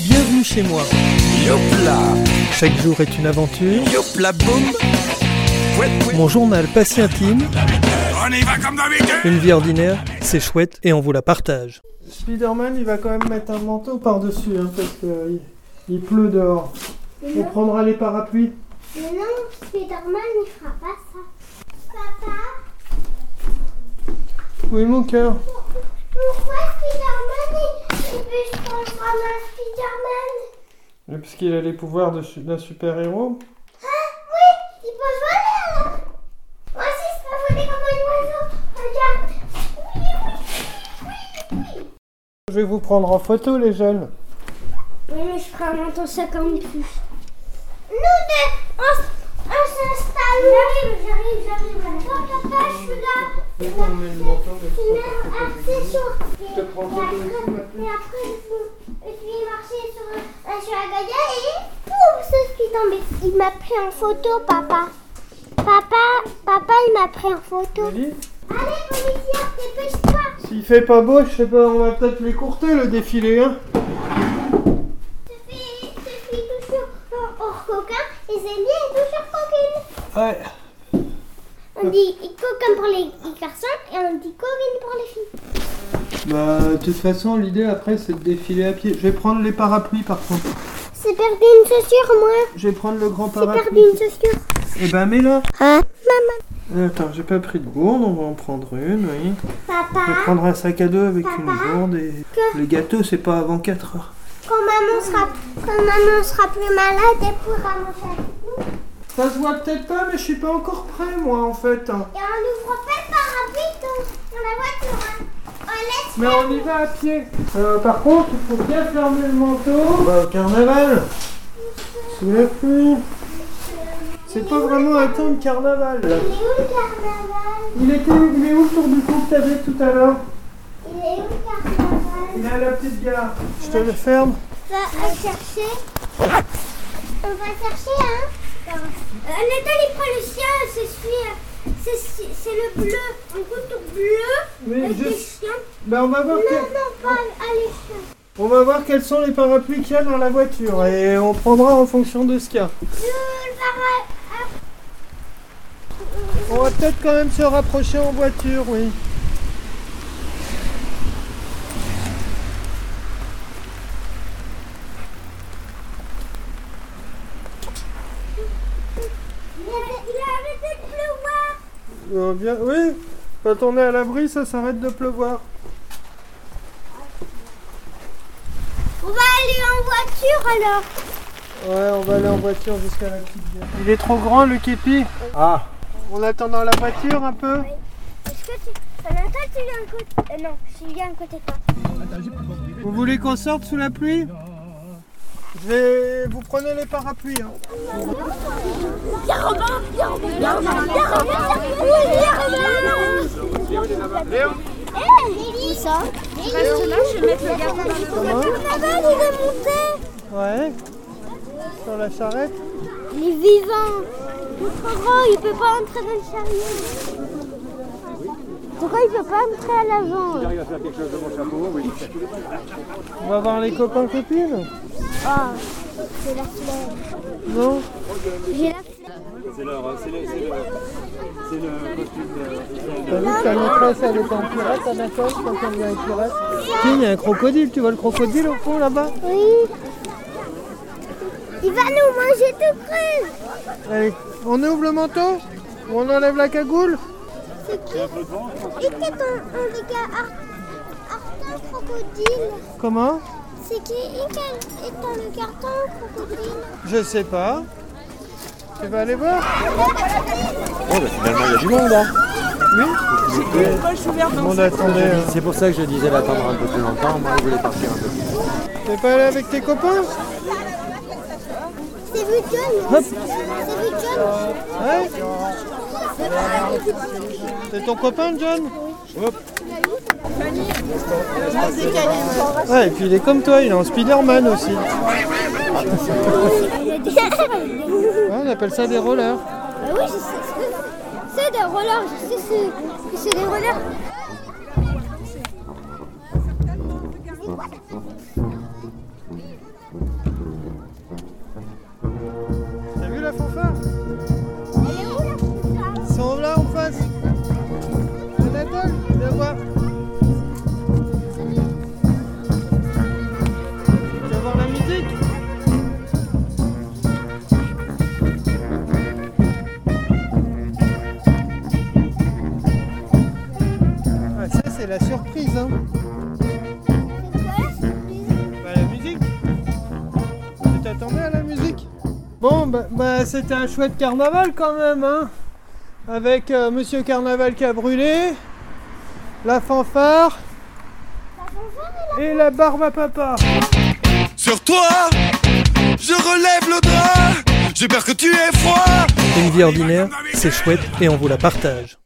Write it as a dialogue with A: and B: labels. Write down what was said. A: Bienvenue chez moi.
B: Yopla,
A: Chaque jour est une aventure.
B: yopla boum. Pouet, pouet.
A: Mon journal pas si intime.
B: On y va comme d'habitude.
A: Une vie ordinaire, c'est chouette et on vous la partage. Spider-Man, il va quand même mettre un manteau par-dessus hein, parce qu'il il pleut dehors. On
C: Non,
A: prendra les parapluies.
C: non, Spider-Man, il fera pas ça. Papa,
A: Oui, mon cœur.
C: pourquoi Spider-Man, il, il peut se transformer en Spider-Man
A: Parce qu'il a les pouvoirs de su- d'un super-héros.
C: Ah, oui, il peut voler alors Moi aussi, je peux voler comme un oiseau. Regarde. Oui, oui, oui, oui.
A: Je vais vous prendre en photo, les jeunes.
C: Oui, mais je ferai un manteau 50 plus. Nous deux, on, s- on s'installe. J'arrive, j'arrive, j'arrive. Attends, papa, je suis là.
A: Et on met le manteau de-
C: Tu mets marcher sur.
A: te prends en photo
C: Et
A: ici,
C: après,
A: maintenant.
C: et après, je suis marché sur, euh, sur la goyenne et pouf, c'est ce qui tombe. Il m'a pris en photo, papa. Papa, papa, il m'a pris en photo.
A: Ellie,
C: Allez, policière, dépêche-toi.
A: S'il fait pas beau, je sais pas, on va peut-être l'écourter le défilé. Hein.
C: Je suis, je suis tout sur euh, hors coquin et Zélie est tout sur coquine.
A: Ouais.
C: On dit coquin pour les garçons et on dit coquine pour les filles.
A: Bah, de toute façon, l'idée après, c'est de défiler à pied. Je vais prendre les parapluies par contre.
C: C'est perdu une chaussure, moi.
A: Je vais prendre le grand
C: C'est perdu
A: parapluie.
C: une chaussure.
A: Et ben, mais là.
C: Ah, maman.
A: Attends, j'ai pas pris de gourde, on va en prendre une, oui. Je vais
C: Papa,
A: prendre un sac à dos avec
C: Papa.
A: une gourde et.
C: Que-
A: Le gâteau, c'est pas avant 4 heures.
C: quand maman sera, quand maman sera plus malade, elle pourra manger avec nous.
A: Ça se voit peut-être pas, mais je suis pas encore prêt, moi, en fait. hein.
C: Et on n'ouvre pas le parapluie dans, dans la voiture. hein. On laisse.
A: Mais on y va à pied. Euh, par contre, il faut bien fermer le manteau. Bah, au carnaval. Sous la pluie. C'est pas vraiment un temps de carnaval. là.
C: Il est où le carnaval
A: Il était, il est où le tour du coup que t'avais tout à l'heure
C: Il est où le carnaval
A: Il est à la petite gare. Je te le ferme.
C: On va euh, chercher. On va chercher, hein euh, Nathan, il prend le chien, c'est celui, euh, c'est celui- c'est le bleu, un retour bleu
A: Mais
C: avec des
A: juste,
C: chiens.
A: bah, on va voir.
C: Non,
A: que-
C: non, pas ah, les chiens.
A: On va voir quels sont les parapluies qu'il y a dans la voiture et on prendra en fonction de ce qu'il y a.
C: Je le ah, verrai.
A: On va peut-être quand même se rapprocher en voiture, oui.
C: Il a, il a arrêté de pleuvoir.
A: Euh, bien, oui, quand on est à l'abri, ça s'arrête de pleuvoir.
C: On va aller en voiture alors.
A: Ouais, on va aller en voiture jusqu'à la petite gare. Il est trop grand le képi Ah On attend dans la voiture un peu
C: Est-ce que tu. Euh, Nathan, tu viens à côté. euh, non, tu viens à côté de toi.
A: Vous voulez qu'on sorte sous la pluie Je vais... Vous prenez les parapluies. hein.
C: Où ça Reste là, je vais mettre le carnaval, il est monté.
A: Ouais. Sur la charrette.
C: Il est vivant. Le frérot, il peut pas entrer dans le chariot. Pourquoi il peut pas entrer à l'avant là
A: On va voir les copains copines
C: Ah, j'ai la flemme.
A: Non
C: J'ai la flemme.
A: T'as vu que ta maîtresse elle est en pirate, ta maîtresse quand elle vient en pirate Tiens, il y a un crocodile, tu vois le crocodile au fond là-bas
C: Oui. Il va nous manger tout cru.
A: Allez, on ouvre le manteau On enlève la cagoule
C: C'est qui Était un, un des gars ar- Artin crocodile.
A: Comment
C: C'est qui Était est dans le carton crocodile
A: Je sais pas. Tu vas aller voir
C: Ah
D: Bon, bah, finalement, il y a du monde, là.
A: Tout le monde attendait. hein.
D: C'est pour ça que je disais d'attendre un peu plus longtemps. Moi, je voulais partir un peu plus.
A: T'es pas allé avec tes copains
C: C'est vu John.
A: Hop.
C: C'est vu John.
A: Ouais C'est ton copain, John Ouais, et puis il est comme toi, il est en Spider-Man aussi. Ouais, on appelle ça des rollers.
C: Bah oui, je sais ce que c'est. C'est des rollers, je sais ce que c'est des rollers.
A: Ah, surprise. Hein.
C: C'est quoi la surprise
A: Bah, la musique. Tu t'attendais à la musique Bon, bah, bah, c'était un chouette carnaval quand même, hein Avec euh, Monsieur Carnaval qui a brûlé, la fanfare
C: La fanfare, elle
A: et la barbe à papa.
B: Sur toi, je relève le drap. J'ai peur que tu aies froid.
E: Une vie ordinaire, c'est chouette et on vous la partage.